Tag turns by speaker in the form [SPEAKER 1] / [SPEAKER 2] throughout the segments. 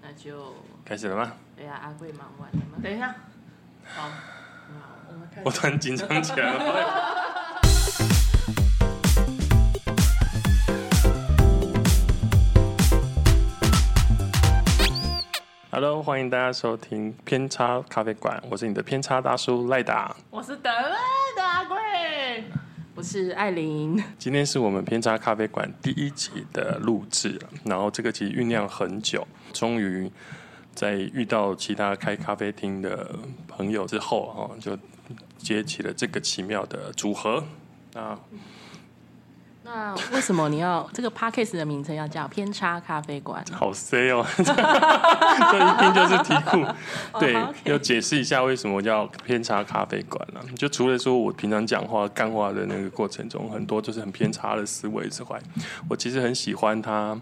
[SPEAKER 1] 那就
[SPEAKER 2] 开始了吗？
[SPEAKER 1] 哎呀，阿贵忙完了吗？
[SPEAKER 3] 等一下，
[SPEAKER 1] 好，很好
[SPEAKER 3] 我们开
[SPEAKER 2] 我
[SPEAKER 3] 始。
[SPEAKER 2] 突然紧张起来了。Hello，欢迎大家收听偏差咖啡馆，我是你的偏差大叔赖达。
[SPEAKER 3] 我是德恩的阿贵，
[SPEAKER 1] 我是艾琳，
[SPEAKER 2] 今天是我们偏差咖啡馆第一集的录制，然后这个集酝酿很久，终于在遇到其他开咖啡厅的朋友之后，哈、哦，就接起了这个奇妙的组合。那
[SPEAKER 1] 那为什么你要这个 podcast 的名称要叫偏差咖啡馆？
[SPEAKER 2] 好 C 哦， 这一听就是题库。对
[SPEAKER 1] 哦好，，OK
[SPEAKER 2] 要解释一下为什么叫偏差咖啡馆了、就除了说我平常讲话干话的那个过程中，很多就是很偏差的思维之外，我其实很喜欢它，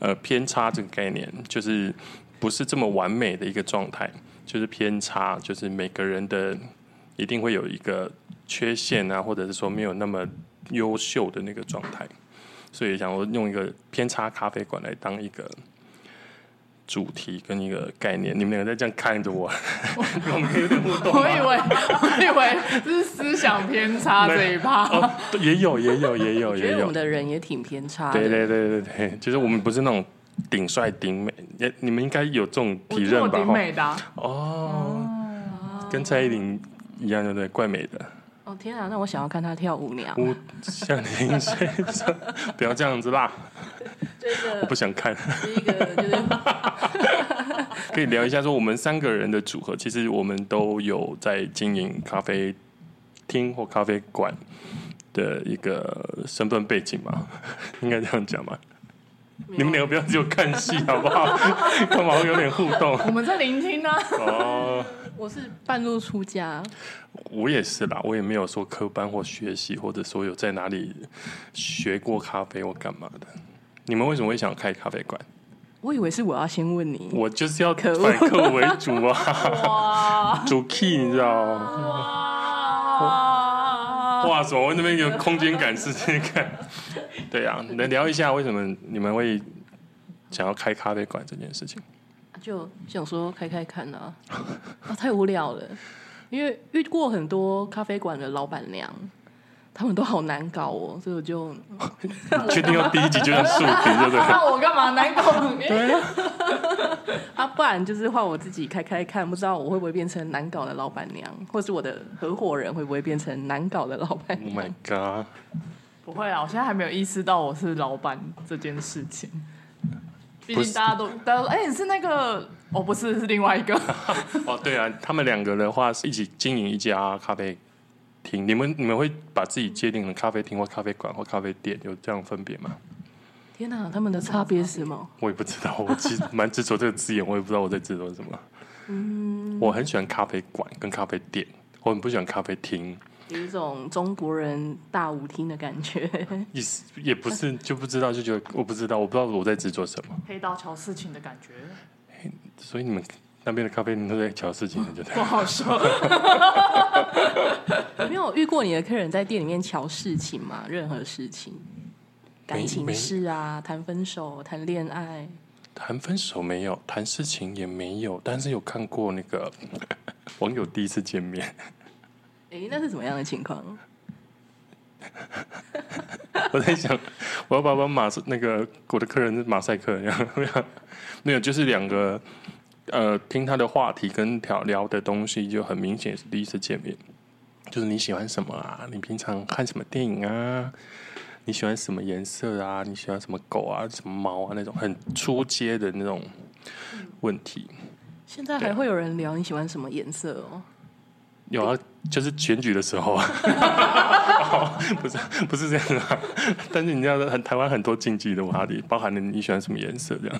[SPEAKER 2] 呃，偏差这个概念，就是不是这么完美的一个状态，就是偏差，就是每个人的一定会有一个缺陷啊，或者是说没有那么优秀的那个状态。所以想我用一个偏差咖啡馆来当一个主题跟一个概念。你们两个在这样看着我，我们有点互动
[SPEAKER 3] 我
[SPEAKER 2] 吗
[SPEAKER 3] 以为我以为是思想 偏差这一趴。
[SPEAKER 2] 哦，也有也有也有
[SPEAKER 1] 我觉
[SPEAKER 2] 也
[SPEAKER 1] 得我
[SPEAKER 2] 有
[SPEAKER 1] 们，的人也挺偏差的。
[SPEAKER 2] 对对对对对，就是我们不是那种顶帅顶美，也你们应该有这种
[SPEAKER 3] 我
[SPEAKER 2] 体认
[SPEAKER 3] 我
[SPEAKER 2] 吧？
[SPEAKER 3] 挺美的啊、
[SPEAKER 2] 吼哦，跟蔡依林一样，对不对？怪美的，
[SPEAKER 1] 哦天啊，那我想要看他跳舞娘，
[SPEAKER 2] 我向你伸手，不要这样子啦，
[SPEAKER 1] 这个
[SPEAKER 2] 不想看。
[SPEAKER 1] 是一个就是
[SPEAKER 2] 可以聊一下，说我们三个人的组合，其实我们都有在经营咖啡厅或咖啡馆的一个身份背景嘛，应该这样讲吧。你们两个不要只有看戏好不好？ 干嘛有点互动？
[SPEAKER 3] 我们在聆听啊呢、
[SPEAKER 2] 哦，
[SPEAKER 1] 我是半路出家，
[SPEAKER 2] 我也是啦，我也没有说科班或学习，或者说有在哪里学过咖啡或干嘛的。你们为什么会想开咖啡馆？
[SPEAKER 1] 我以为是我要先问你，
[SPEAKER 2] 我就是要
[SPEAKER 1] 可恶
[SPEAKER 2] 反客为主啊，
[SPEAKER 3] 哇
[SPEAKER 2] 主 key 你知道吗？
[SPEAKER 3] 哇！
[SPEAKER 2] 哇，怎么会那边有空间感、时间感？对啊，能聊一下为什么你们会想要开咖啡馆这件事情？
[SPEAKER 1] 啊就想说开开看啊， 啊太无聊了，因为遇过很多咖啡馆的老板娘，他们都好难搞哦，所以我就
[SPEAKER 2] 确定要第一集就像树敌，对不？Oh 对？
[SPEAKER 3] 那我干嘛难搞你？
[SPEAKER 1] 啊，不然就是换我自己开开看，不知道我会不会变成难搞的老板娘，或是我的合伙人会不会变成难搞的老板
[SPEAKER 2] Oh my god！
[SPEAKER 3] 不会啊，我现在还没有意识到我是老板这件事情。毕
[SPEAKER 2] 不
[SPEAKER 3] 竟
[SPEAKER 2] 是
[SPEAKER 3] 大家都，大家都，哎、你是那个，哦，不是，是另外一个。
[SPEAKER 2] 哦，对啊，他们两个的话是一起经营一家咖啡厅，你们你们会把自己界定成咖啡厅或咖啡馆或咖啡店有这样分别吗？
[SPEAKER 1] 天哪、他们的差别是什么？
[SPEAKER 2] 我也不知道，我其实蛮执着这个字眼，我也不知道我在执着什么。嗯，我很喜欢咖啡馆跟咖啡店，我很不喜欢咖啡厅。
[SPEAKER 1] 有一种中国人大舞厅的感觉。
[SPEAKER 2] 意思也不是就不知道，就觉得我不知道，我不知道我在执着什么。
[SPEAKER 3] 黑道桥事情的感觉，
[SPEAKER 2] 所以你们那边的咖啡厅都在瞧事情，就对
[SPEAKER 3] 不
[SPEAKER 2] 了。
[SPEAKER 3] 好说。
[SPEAKER 1] 你没有遇过你的客人在店里面瞧事情吗？任何事情，感情
[SPEAKER 2] 没
[SPEAKER 1] 事啊，谈分手、谈恋爱，
[SPEAKER 2] 谈分手没有，谈事情也没有，但是有看过那个 网友第一次见面，
[SPEAKER 1] 诶，那是怎么样的情况？
[SPEAKER 2] 我在想，我要把我马那个我的客人是马赛克一样，没有，就是两个呃，听他的话题跟聊聊的东西就很明显是第一次见面，就是你喜欢什么啊？你平常看什么电影啊？你喜欢什么颜色啊？你喜欢什么狗啊？什么猫啊？那种很出街的那种问题。
[SPEAKER 1] 现在
[SPEAKER 2] 对
[SPEAKER 1] 还
[SPEAKER 2] 啊
[SPEAKER 1] 会有人聊你喜欢什么颜色哦？
[SPEAKER 2] 有啊，就是选举的时候啊， 哦不是不是这样啊， 但是你知道，很台湾很多禁忌的话题，包含了你喜欢什么颜色这样。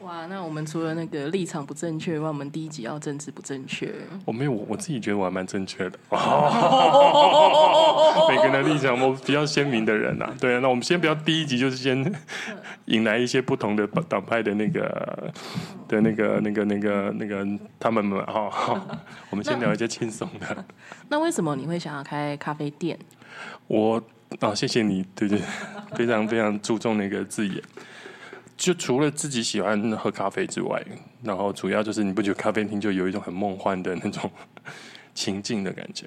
[SPEAKER 1] 哇，那我们除了那个立场不正确以外，我们第一集要政治不正确。
[SPEAKER 2] 我没有，我我自己觉得我还蛮正确的。 每个人的立场我比较鲜明的人呐、啊，对啊。那我们先不要第一集就是先引来一些不同的党派的那个的那个那个那个那个他们们哈、哦，我们先聊一些轻松的。
[SPEAKER 1] 那为什么你会想要开咖啡店？
[SPEAKER 2] 我啊、谢谢你，对对，非常非常注重那个字眼。就除了自己喜欢喝咖啡之外，然后主要就是你不觉得咖啡厅就有一种很梦幻的那种 情境的感觉？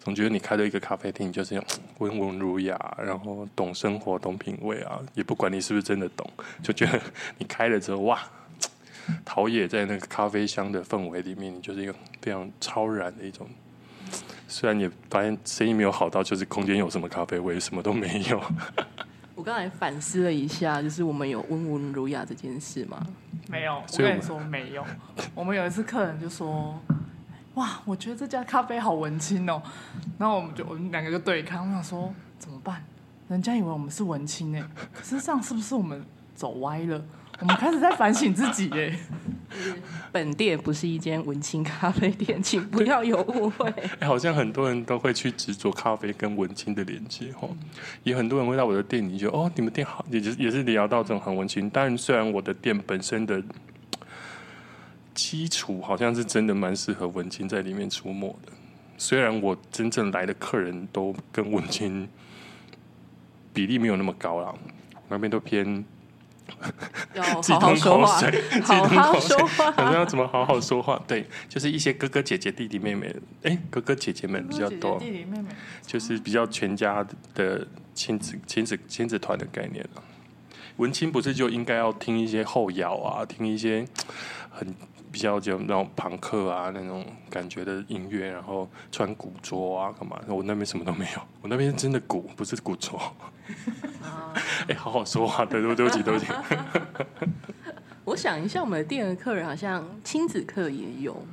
[SPEAKER 2] 总觉得你开了一个咖啡厅，就是要嗯温文儒雅，然后懂生活、懂品味啊，也不管你是不是真的懂，就觉得你开了之后，哇，嗯陶冶在那个咖啡香的氛围里面，你就是一个非常超然的一种。虽然也发现生意没有好到，就是空间有什么咖啡味，什么都没有。
[SPEAKER 1] 我刚才反思了一下，就是我们有温文儒雅这件事嘛，
[SPEAKER 3] 没有，我
[SPEAKER 2] 所以
[SPEAKER 3] 跟你说没有。我们有一次客人就说：“哇，我觉得这家咖啡好文青哦。”然后我们就我们两个就对看，我想说怎么办？人家以为我们是文青哎，可是这样是不是我们走歪了？我们开始在反省自己耶。
[SPEAKER 1] 本店不是一间文青咖啡店，请不要有误会。
[SPEAKER 2] 哎，好像很多人都会去执着咖啡跟文青的连接哦，也很多人会到我的店里就哦，你们店好，也就是也是聊到这种很文青。当然，虽然我的店本身的基础好像是真的蛮适合文青在里面出没的，虽然我真正来的客人都跟文青比例没有那么高啦，那边都偏
[SPEAKER 1] 要好
[SPEAKER 2] 自己
[SPEAKER 1] 好
[SPEAKER 2] 吞
[SPEAKER 1] 说
[SPEAKER 2] 口
[SPEAKER 1] 话，
[SPEAKER 2] 水，自己
[SPEAKER 1] 好
[SPEAKER 2] 吞
[SPEAKER 1] 好
[SPEAKER 2] 口水
[SPEAKER 1] 说。 话。
[SPEAKER 2] 好像要怎么好好说话？对，就是一些哥哥姐姐、弟弟妹妹，哎、哥哥姐姐们比较多，
[SPEAKER 3] 姐姐弟弟妹妹，
[SPEAKER 2] 就是比较全家的亲子、亲子、亲子团的概念啊。文青不是就应该要听一些后摇啊，听一些很比较就那种朋克啊那种感觉的音乐，然后穿古着啊干嘛？我那边什么都没有，我那边是真的古，不是古着。 哎、好好说话，对对对不起，对不起。
[SPEAKER 1] 我想一下，我们的店的客人好像亲子课也有，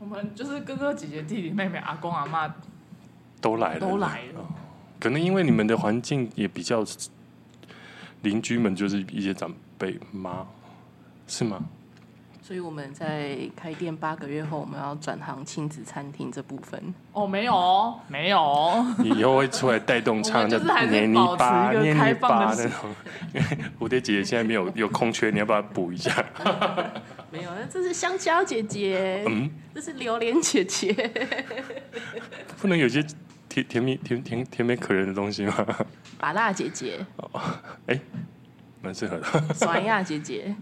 [SPEAKER 3] 我们就是哥哥姐姐弟弟妹妹阿公阿妈
[SPEAKER 2] 都来了，
[SPEAKER 3] 都来了
[SPEAKER 2] 哦。可能因为你们的环境也比较，邻居们就是一些长辈吗？是 吗？
[SPEAKER 1] 所以我们在开店八个月后，我们要转行亲子餐厅这部分。
[SPEAKER 3] 哦，没有哦，没有哦，
[SPEAKER 2] 你以后会出来带动唱，
[SPEAKER 3] 我们就是还是
[SPEAKER 2] 黏泥巴、
[SPEAKER 3] 保持一个
[SPEAKER 2] 黏泥
[SPEAKER 3] 开放
[SPEAKER 2] 巴
[SPEAKER 3] 的
[SPEAKER 2] 那 种。蝴蝶姐姐现在没有有空缺，你要不要补一下？
[SPEAKER 1] 没有，这是香蕉姐姐，
[SPEAKER 2] 嗯
[SPEAKER 1] 这是榴莲姐 姐。
[SPEAKER 2] 不能有些甜甜蜜甜甜甜美可人的东西吗？
[SPEAKER 1] 拔辣姐姐，
[SPEAKER 2] 蛮适合的。
[SPEAKER 1] 酸亚姐姐，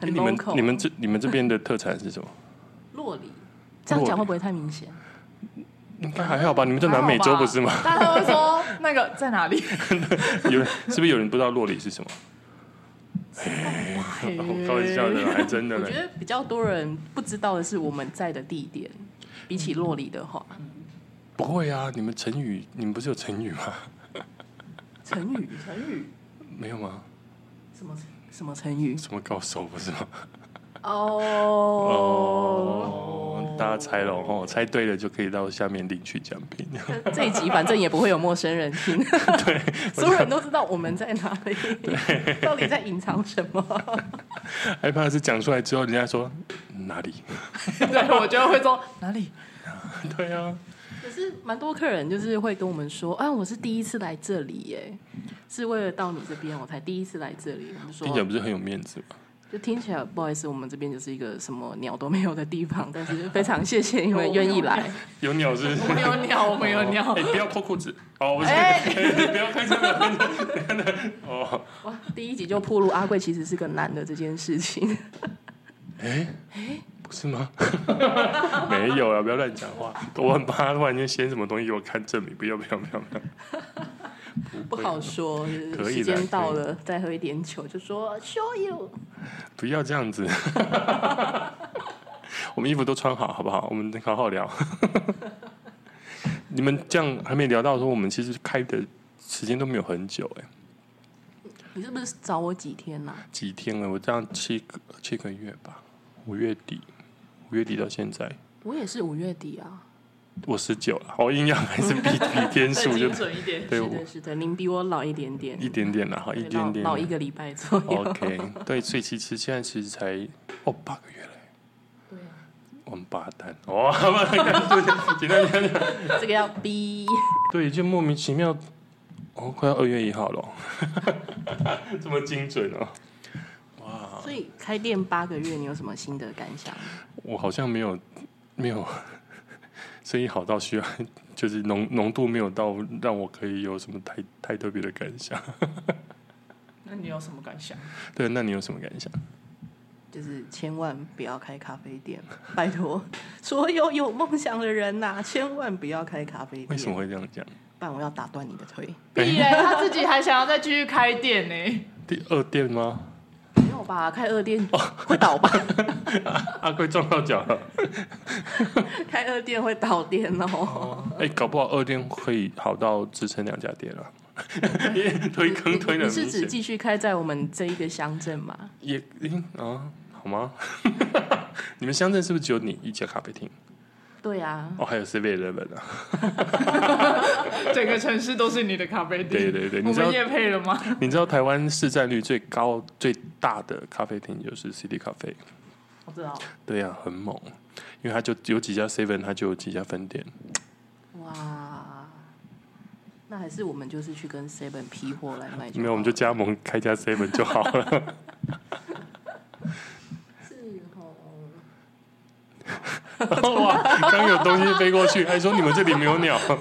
[SPEAKER 1] 很
[SPEAKER 2] 哎你们
[SPEAKER 3] 啊
[SPEAKER 1] local。
[SPEAKER 2] 你们这你们这边的特产是 什么？
[SPEAKER 1] 洛梨，这样讲会不会太明显？
[SPEAKER 2] 应该还好吧？你们在
[SPEAKER 3] 还
[SPEAKER 2] 南
[SPEAKER 3] 好
[SPEAKER 2] 美洲
[SPEAKER 3] 吧
[SPEAKER 2] 不是吗？
[SPEAKER 3] 大家都会说那个在哪里？
[SPEAKER 2] 有人是不是有人不知道洛里是什么？
[SPEAKER 3] 嘿
[SPEAKER 2] 我开玩笑的啦，还真的
[SPEAKER 1] 我
[SPEAKER 2] 嘞
[SPEAKER 1] 觉。得比较多人不知道的是我们在的地点，比起洛梨的话，
[SPEAKER 2] 不会啊，你们成语，你们不是有成语吗？
[SPEAKER 1] 成语
[SPEAKER 3] 成语
[SPEAKER 2] 没有吗？
[SPEAKER 3] 什么？
[SPEAKER 1] 什么成语？
[SPEAKER 2] 什么高手不是吗？
[SPEAKER 1] 哦，
[SPEAKER 2] 哦，大家猜了哦，猜对了就可以到下面领取奖品。
[SPEAKER 1] 这一集反正也不会有陌生人听，对， 所有人都知道我们在哪里，到底在隐藏什么？
[SPEAKER 2] 害怕是讲出来之后，人家说哪里？
[SPEAKER 3] 对，我就会说哪里？
[SPEAKER 2] 对啊，
[SPEAKER 1] 可是蛮多客人就是会跟我们说，啊，我是第一次来这里耶，是为了到你这边我才第一次来这里。我们说
[SPEAKER 2] 听起来不是很有面子吗？
[SPEAKER 1] 就听起来不好意思，我们这边就是一个什么鸟都没有的地 方，但是非常谢谢你们愿 意来。
[SPEAKER 2] 有鸟是不是？
[SPEAKER 3] 我们有鸟，我们有鸟
[SPEAKER 2] 哎、。不要脱裤子哦！不是，
[SPEAKER 3] 哎
[SPEAKER 2] 哎不要开车，不要开车。哦，
[SPEAKER 1] 哇，第一集就暴露阿贵其实是个男的这件事情。
[SPEAKER 2] 不是吗？ 没有啊，不要乱讲话。我很怕突然间掀什么东西给我看证明，不要不要不要不要。
[SPEAKER 1] 不好说，就是
[SPEAKER 2] 啊 可
[SPEAKER 1] 时
[SPEAKER 2] 以的
[SPEAKER 1] 间到
[SPEAKER 2] 可
[SPEAKER 1] 了再喝一点酒，就说 show you。
[SPEAKER 2] 不要这样子。我们衣服都穿好，好不好？我们好好聊。你们这样还没聊到说，我们其实开的时间都没有很久、哎，
[SPEAKER 1] 你是不是找我几天呐、
[SPEAKER 2] 几天了？我这样七个七个月吧，五月底，五月底到现在，
[SPEAKER 1] 我也是五月底啊。
[SPEAKER 2] 我十九了，我硬要还是比比天数就
[SPEAKER 3] 准一点。
[SPEAKER 2] 对
[SPEAKER 1] 是
[SPEAKER 2] 我
[SPEAKER 1] 的，是的，您比我老一点点，
[SPEAKER 2] 一点点了，好一
[SPEAKER 1] 对
[SPEAKER 2] 点点啊
[SPEAKER 1] 老老一个礼拜左右。
[SPEAKER 2] OK，对，所以其实现在其实才哦八个月了，
[SPEAKER 1] 对啊
[SPEAKER 2] 王八蛋哦，对，简单讲讲。
[SPEAKER 1] 这个要 逼。
[SPEAKER 2] 对，就莫名其妙，哦，快要二月一号了， 这么精准哦！
[SPEAKER 1] 所以开店八个月，你有什么新的感想？
[SPEAKER 2] 我好像没有没有 生意好到需要，就是浓浓度没有到让我可以有什么太太特别的感想。
[SPEAKER 3] 那你有什么感想？
[SPEAKER 2] 对，那你有什么感想？
[SPEAKER 1] 就是千万不要开咖啡店，拜托，所有有梦想的人呐、千万不要开咖啡店。
[SPEAKER 2] 为什么？会这样讲？
[SPEAKER 1] 不然我要打断你的腿。
[SPEAKER 3] 屁嘞，他自己还想要再继续开店呢、
[SPEAKER 2] 第二店吗？
[SPEAKER 1] 没有吧？开二
[SPEAKER 2] 哦
[SPEAKER 1] 店会倒吧？
[SPEAKER 2] 阿贵撞到脚了。
[SPEAKER 1] 开二店会倒店哦。
[SPEAKER 2] 哎、搞不好二店会好到支撑两家店了， 因为推坑推
[SPEAKER 1] 你
[SPEAKER 2] 的很
[SPEAKER 1] 是
[SPEAKER 2] 明
[SPEAKER 1] 指
[SPEAKER 2] 显。
[SPEAKER 1] 继续开在我们这一个乡镇吗？
[SPEAKER 2] 也嗯啊，好吗？ 你们乡镇是不是只有你一家咖啡厅？
[SPEAKER 1] 对啊，
[SPEAKER 2] 哦，还有 Seven Eleven 啊？
[SPEAKER 3] 整个城市都是你的咖啡
[SPEAKER 2] 对
[SPEAKER 3] 店。
[SPEAKER 2] 对对，你
[SPEAKER 3] 我
[SPEAKER 2] 知道
[SPEAKER 3] 们也配了吗？
[SPEAKER 2] 你知道台湾市占率最高最大的咖啡厅就是 City 咖啡，
[SPEAKER 3] 我知道，
[SPEAKER 2] 对呀、很猛，因为它就有几家 Seven，它就有几家分店。
[SPEAKER 1] 哇，那还是我们就是去跟 Seven 批货来卖好了。
[SPEAKER 2] 没有，我们就加盟开家 Seven 就好了。
[SPEAKER 1] 是哦。
[SPEAKER 2] 哇，刚有东西飞过去，还说你们这里没有鸟，
[SPEAKER 3] 反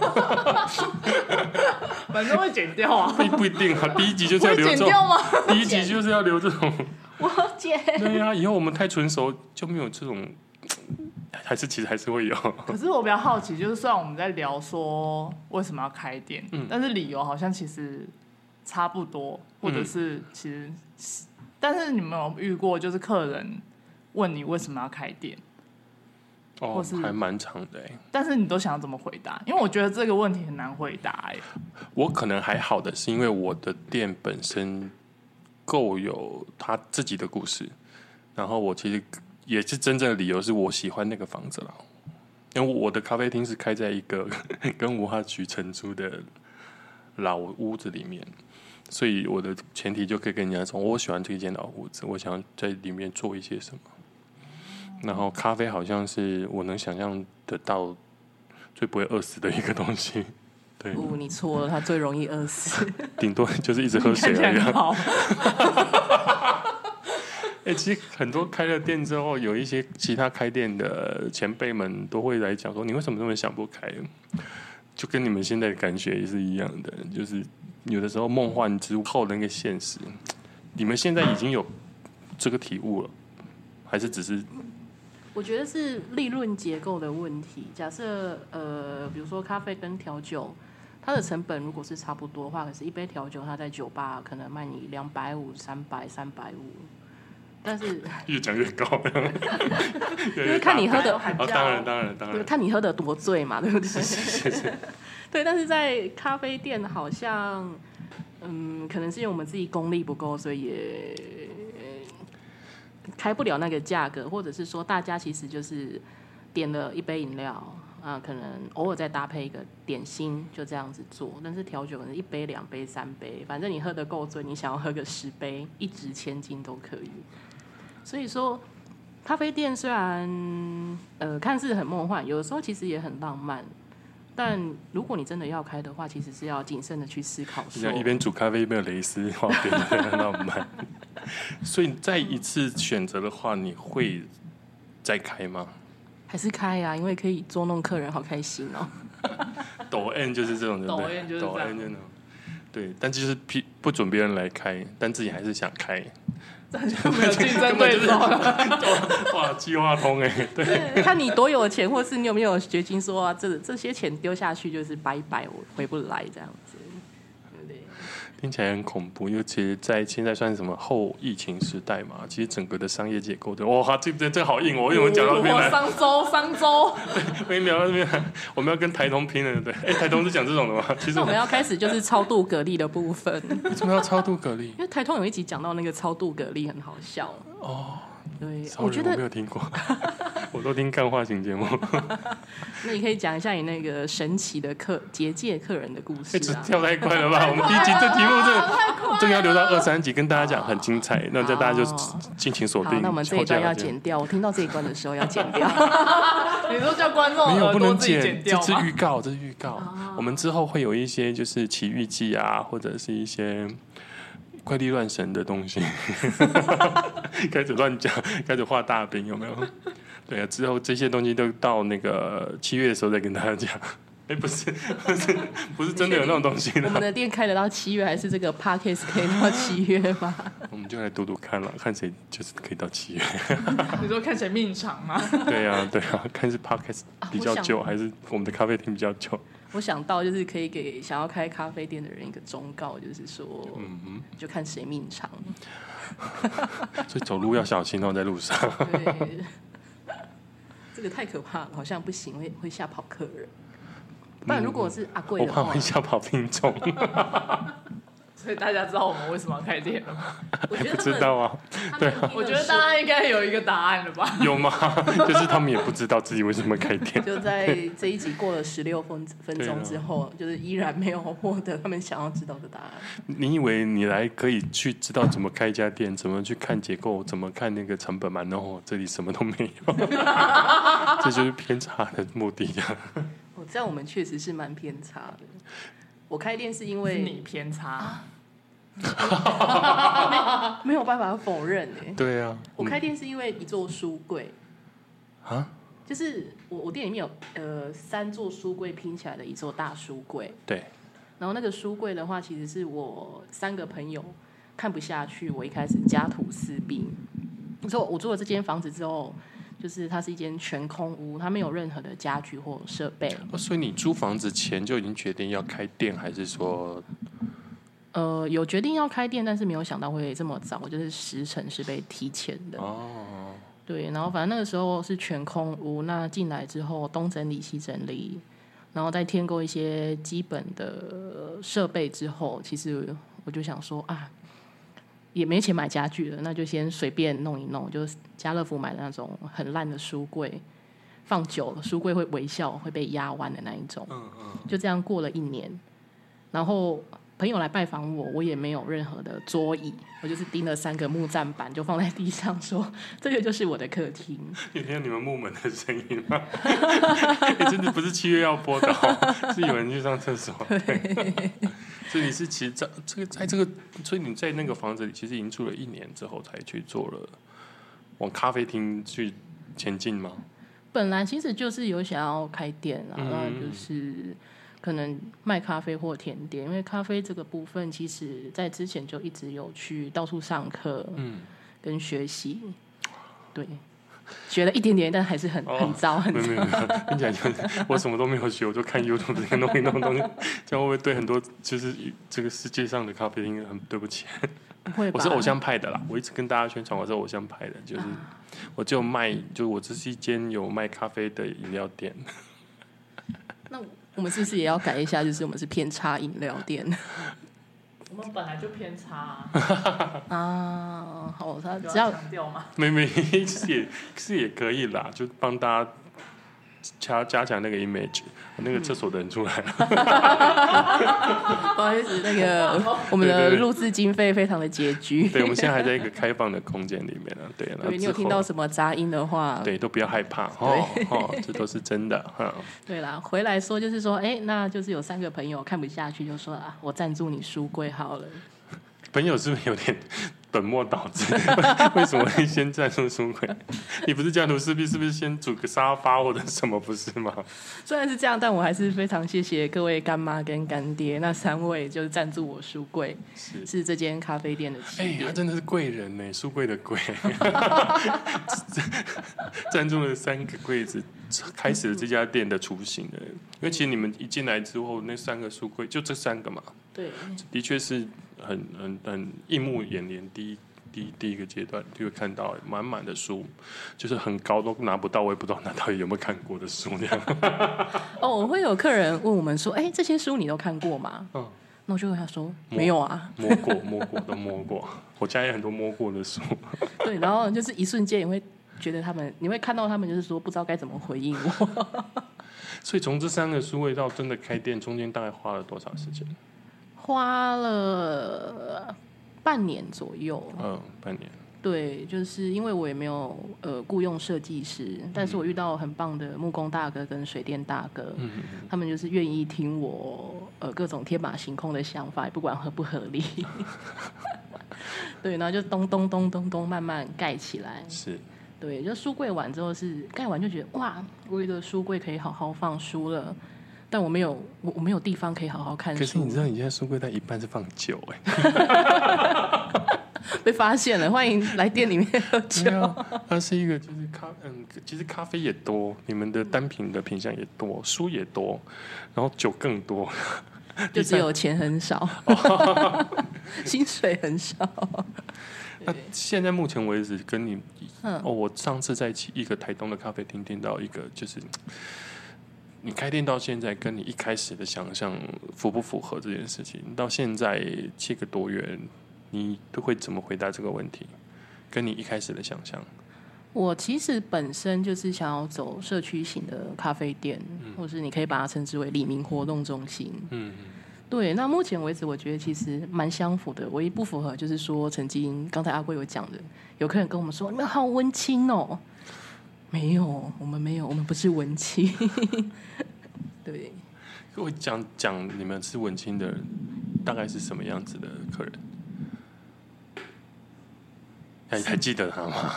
[SPEAKER 3] 正会剪掉啊，
[SPEAKER 2] 不不一定啊。第一集就是要
[SPEAKER 3] 会
[SPEAKER 2] 留 这
[SPEAKER 3] 剪
[SPEAKER 2] 种，
[SPEAKER 3] 掉吗？
[SPEAKER 2] 第一集就是要留这种。
[SPEAKER 1] 我 姐，
[SPEAKER 2] 对呀、以后我们太纯熟就没有这种，还是其实还是会有。
[SPEAKER 3] 可是我比较好奇，就是虽然我们在聊说为什么要开店，
[SPEAKER 2] 嗯
[SPEAKER 3] 但是理由好像其实差不多，或者
[SPEAKER 2] 嗯
[SPEAKER 3] 是其实，但是你们有遇过就是客人问你为什么要开店，
[SPEAKER 2] 哦
[SPEAKER 3] 或是，
[SPEAKER 2] 还蛮长的、欸。
[SPEAKER 3] 但是你都想要怎么回答？因为我觉得这个问题很难回答、 哎，
[SPEAKER 2] 我可能还好的是因为我的店本身够有他自己的故事，然后我其实也是真正的理由是我喜欢那个房子啦，因为我的咖啡厅是开在一个 跟文化局承租的老屋子里面，所以我的前提就可以跟人家说，我喜欢这间老屋子，我想要在里面做一些什么。然后咖啡好像是我能想象得到最不会饿死的一个东西，对。
[SPEAKER 1] 不，你错了，她最容易饿死。
[SPEAKER 2] 顶多就是一直喝水
[SPEAKER 3] 看起
[SPEAKER 2] 而
[SPEAKER 3] 来
[SPEAKER 2] 已、
[SPEAKER 3] 很
[SPEAKER 2] 啊。
[SPEAKER 3] 好，
[SPEAKER 2] 哎、其实很多开了店之后，有一些其他开店的前辈们都会来讲说：“你为什么这么想不开？”就跟你们现在的感觉也是一样的，就是有的时候梦幻之后的那个现实，你们现在已经有这个体悟了，还是只是
[SPEAKER 1] 我觉得是利润结构的问题。假设呃，比如说咖啡跟调酒，它的成本如果是差不多的话，可是一杯调酒它在酒吧可能卖你两百五、三百、三百五，但是
[SPEAKER 2] 越讲越高？就
[SPEAKER 1] 就是看你喝的
[SPEAKER 2] 哦，当然，当然，当然，
[SPEAKER 1] 看你喝的多醉嘛，对不 对？对，但是在咖啡店好像，嗯，可能是因为我们自己功力不够，所以也呃开不了那个价格，或者是说大家其实就是点了一杯饮料啊、可能偶尔再搭配一个点心，就这样子做。但是调酒可能一杯、两杯、三杯，反正你喝的够醉，你想要喝个十杯，一掷千金都可以。所以说，咖啡店虽然呃看似很梦幻，有的时候其实也很浪漫。但如果你真的要开的话，其实是要谨慎的去思考
[SPEAKER 2] 就
[SPEAKER 1] 说
[SPEAKER 2] 像，一边煮咖啡一边有蕾丝画边的浪 漫。所以再一次选择的话，你会再开吗？
[SPEAKER 1] 还是开呀、因为可以捉弄客人，好开心哦。
[SPEAKER 2] 抖 N 就是这种，对不对
[SPEAKER 3] 抖 N 就是这
[SPEAKER 2] 抖
[SPEAKER 3] 样
[SPEAKER 2] N 那种。对，但就是批不准别人来开，但自己还是想开。
[SPEAKER 3] 没有竞争
[SPEAKER 2] 根本
[SPEAKER 3] 对
[SPEAKER 2] 就是
[SPEAKER 3] 手了。
[SPEAKER 2] 哇，计划通哎，对，
[SPEAKER 1] 看你多有钱，或是你有没有决心说、啊、这这些钱丢下去就是拜拜，我回不来这样子，对不对？
[SPEAKER 2] 听起来很恐怖，尤其在现在算什么后疫情时代嘛，其实整个的商业结构的，哇，这这这好硬哦，我为我们讲到这边
[SPEAKER 3] 我
[SPEAKER 2] 来，
[SPEAKER 3] 上周上周，
[SPEAKER 2] 我们聊到这边来，我们要跟台东拼了，对不对？哎，台东是讲这种的吗？其实
[SPEAKER 1] 那
[SPEAKER 2] 我
[SPEAKER 1] 我们
[SPEAKER 2] 们
[SPEAKER 1] 要开始就是超度蛤蜊的部分，因
[SPEAKER 2] 为什么要超度蛤蜊？
[SPEAKER 1] 为台通有一集讲到那个超度蛤蜊很好笑哦。对，
[SPEAKER 2] Sorry，
[SPEAKER 1] 我觉
[SPEAKER 2] 我没
[SPEAKER 1] 得啊
[SPEAKER 2] 有听过， 我都听干话 型节目。
[SPEAKER 1] 那你可以讲一下你那个神奇的客结界客人的故事
[SPEAKER 2] 一直
[SPEAKER 1] 啊。
[SPEAKER 2] 哎跳太快 了吧？我们第一集这题目这这个要留到二三集跟大家讲，很精彩。那这大家就
[SPEAKER 1] 好
[SPEAKER 2] 尽情锁
[SPEAKER 1] 哦好
[SPEAKER 2] 定。，
[SPEAKER 1] 那我们这一段要
[SPEAKER 2] 后
[SPEAKER 1] 剪掉。我听到这一关的时候要剪掉。
[SPEAKER 3] 你说叫观众
[SPEAKER 2] 加。没有
[SPEAKER 3] 耳
[SPEAKER 2] 不
[SPEAKER 3] 朵
[SPEAKER 2] 能
[SPEAKER 3] 自己
[SPEAKER 2] 剪
[SPEAKER 3] 剪，
[SPEAKER 2] 这
[SPEAKER 3] 掉
[SPEAKER 2] 是
[SPEAKER 3] 吗？
[SPEAKER 2] 预告，这是预告。我们之后会有一些就是奇遇记啊，或者是一些怪力乱神的东西， 开始乱讲，开始画大饼，有没有？对啊，之后这些东西都到那个七月的时候再跟大家讲。 哎，不是，不是，不是真的有那种东 西
[SPEAKER 1] 我们
[SPEAKER 2] 的。
[SPEAKER 1] 的店开得到七月，还是这个 podcast 可以到七月吗？
[SPEAKER 2] 我们就来赌赌看了，看谁就是可以到七 月。
[SPEAKER 3] 你说看谁命长吗？
[SPEAKER 2] 对呀、对呀、看是 podcast
[SPEAKER 1] 啊
[SPEAKER 2] 比较
[SPEAKER 1] 我想
[SPEAKER 2] 旧，还是我们的咖啡厅比较旧。
[SPEAKER 1] 我想到就是可以给想要开咖啡店的人一个忠告，就是说，
[SPEAKER 2] 嗯
[SPEAKER 1] 就看谁命长。
[SPEAKER 2] 哼，所以走路要小心哦，在路上。
[SPEAKER 1] 对， 这个太可怕了，好像不行，会会吓跑客人。不然如果是阿贵
[SPEAKER 2] 嗯我
[SPEAKER 1] 的
[SPEAKER 2] 怕
[SPEAKER 1] 话，
[SPEAKER 2] 会吓跑听众，
[SPEAKER 3] 所以大家知道我们为什么要开店了吗？
[SPEAKER 1] 我觉得他
[SPEAKER 2] 不
[SPEAKER 1] 们
[SPEAKER 2] 知，道啊，
[SPEAKER 1] 他们一定很
[SPEAKER 3] 我觉得大家应该有一个答案了吧？
[SPEAKER 2] 有吗？ 就是他们也不知道自己为什么开店。
[SPEAKER 1] 就在这一集过了十六分分钟之
[SPEAKER 2] 啊
[SPEAKER 1] 后，就是依然没有获得他们想要知道的答案。
[SPEAKER 2] 你以为你来可以去知道怎么开一家店，怎么去看结构，怎么看那个成本吗？No，这里什么都没 有，这就是偏差的目的啊。
[SPEAKER 1] 哦，这样我们确实是蛮偏差的。我开店是因
[SPEAKER 3] 是
[SPEAKER 1] 为
[SPEAKER 3] 你偏差，
[SPEAKER 1] 没有办法否认哎、
[SPEAKER 2] 对啊，
[SPEAKER 1] 我开店是因为一座书柜，
[SPEAKER 2] 啊，
[SPEAKER 1] 就是我我店里面有呃三座书柜拼起来的一座大书柜，
[SPEAKER 2] 嗯对，
[SPEAKER 1] 然后那个书柜的话，其实是我三个朋友看不下去，我一开始家徒四壁。你说我住了这间房子之后，就是它是一间全空屋，它没有任何的家具或设备。
[SPEAKER 2] 哦所以你租房子前就已经决定要开店，还是说
[SPEAKER 1] 呃，有决定要开店，但是没有想到会这么早，就是时辰是被提前的。
[SPEAKER 2] 哦，
[SPEAKER 1] 对，然后反正那个时候是全空屋，那进来之后东整理西整理，然后再添购一些基本的设备之后，其实我就想说啊，也没钱买家具了，那就先随便弄一弄，就是家乐福买的那种很烂的书柜，放久了书柜会微笑，会被压弯的那一种。
[SPEAKER 2] 嗯嗯，
[SPEAKER 1] 就这样过了一年，然后朋友来拜访我，我也没有任何的桌椅，我就是钉了三个木站板，就放在地上说这个就是我的客厅。
[SPEAKER 2] 有听到你们木门的声音吗？ 欸真的不是七月要播的、哦，是有人去上厕所。 所以你是其实在这个在这个，所以你在那个房子里其实已经住了一年之后才去做了往咖啡厅去前进吗？
[SPEAKER 1] 本来其实就是有想要开店啊，
[SPEAKER 2] 嗯
[SPEAKER 1] 那就是可能卖咖啡或甜点，因为咖啡这个部分，其实在之前就一直有去到处上课
[SPEAKER 2] 嗯，
[SPEAKER 1] 跟学习，对，学了一点点，但还是很
[SPEAKER 2] 哦
[SPEAKER 1] 很糟，很
[SPEAKER 2] 没有没有没有，跟你讲就是我什么都没有学，我就看 YouTube 这个弄一弄东西，这样会不会对很多就是这个世界上的咖啡厅很对不起？
[SPEAKER 1] 不会吧？
[SPEAKER 2] 我是偶像派的啦，我一直跟大家宣传我是偶像派的，就是我就卖，就我这是一间有卖咖啡的饮料店，
[SPEAKER 1] 那我们是不是也要改一下？就是我们是偏差饮料店
[SPEAKER 3] 我们本来就偏差、啊，
[SPEAKER 1] 啊？好，他
[SPEAKER 3] 有
[SPEAKER 1] 只 要
[SPEAKER 3] 强调吗？
[SPEAKER 2] 没没，其实也是也可以啦，就帮大家加加强那个 image，那个厕所的人出来啊了，
[SPEAKER 1] 嗯不好意思，那 个我们
[SPEAKER 2] 对
[SPEAKER 1] 的
[SPEAKER 2] 对对
[SPEAKER 1] 录制经费非常的拮据。
[SPEAKER 2] 对，我们现在还在一个开放的空间里面呢，对，然后
[SPEAKER 1] 对你有
[SPEAKER 2] 之
[SPEAKER 1] 听
[SPEAKER 2] 后
[SPEAKER 1] 到什么杂音的话，
[SPEAKER 2] 对，都不要害怕哦哦，这都是真的哈。
[SPEAKER 1] 对啦，回来说就是说，哎，那就是有三个朋友看不下去，就说啊，我赞助你书柜好了。
[SPEAKER 2] 朋友是不是有点 本末倒 置？为什么会先赞助书柜？你不是家徒四壁，是不是先组个沙发或者什么，不是吗？
[SPEAKER 1] 虽然是这样，但我还是非常谢谢各位干妈跟干爹，那三位就是赞助我书柜，
[SPEAKER 2] 是
[SPEAKER 1] 是这间咖啡店的起
[SPEAKER 2] 哎、
[SPEAKER 1] 点。
[SPEAKER 2] 他真的是贵人呢，书柜的贵， 赞助了三个柜子，开始了这家店的雏形了。因为其实你们一进来之后，那三个书柜就这三个嘛，
[SPEAKER 1] 对，
[SPEAKER 2] 的确是很很很映目眼帘。第一第一第一个阶段就会看到满满的书，就是很高都拿不到，我也不知道拿到底有没有看过的书那样。
[SPEAKER 1] 哦，我会有客人问我们说：“哎、这些书你都看过吗？”
[SPEAKER 2] 嗯
[SPEAKER 1] 那我就跟他说：“
[SPEAKER 2] 摸
[SPEAKER 1] 没有啊。
[SPEAKER 2] 摸过摸过都摸过，我家也很多摸过的书。”
[SPEAKER 1] 对，然后就是一瞬间你会觉得他们，你会看到他们就是说不知道该怎么回应我。
[SPEAKER 2] 所以从这三个书柜到真的开店，中间大概花了多少时间？
[SPEAKER 1] 花了半年左右，
[SPEAKER 2] 嗯，半年。
[SPEAKER 1] 对，就是因为我也没有呃雇佣设计师，但是我遇到很棒的木工大哥跟水电大哥，
[SPEAKER 2] 嗯，
[SPEAKER 1] 他们就是愿意听我呃各种天马行空的想法，也不管合不合理。 对，然后就咚咚咚咚咚慢慢盖起来。
[SPEAKER 2] 是，
[SPEAKER 1] 对，就书柜完之后是盖完就觉得哇，我有一个书柜可以好好放书了。但我没有我我没有地方可以好好看
[SPEAKER 2] 可是
[SPEAKER 1] 书
[SPEAKER 2] 你知，道，你现在书柜袋一半是放酒哎、
[SPEAKER 1] 被发现了，欢迎来店里面喝酒
[SPEAKER 2] 没。有，它是一个 就是咖嗯，其实咖啡也多，你们的单品的品相也多，书也多，然后酒更多，
[SPEAKER 1] 就只有钱很少， 薪水很少。
[SPEAKER 2] 那现在目前为止，跟你、
[SPEAKER 1] 嗯
[SPEAKER 2] 哦，我上次在一个台东的咖啡厅听到一个，就是你开店到现在，跟你一开始的想象符不符合这件事情？到现在七个多月，你都会怎么回答这个问题？跟你一开始的想象，
[SPEAKER 1] 我其实本身就是想要走社区型的咖啡店，或是你可以把它称之为里民活动中心。
[SPEAKER 2] 嗯，
[SPEAKER 1] 对，那目前为止，我觉得其实蛮相符的。唯一不符合就是说，曾经刚才阿贵有讲的，有客人跟我们说：“你们好文青哦。”没有，我们没有，我们不是文青。 对，
[SPEAKER 2] 我讲讲你们是文青的人，大概是什么样子的客人？还还记得他 吗？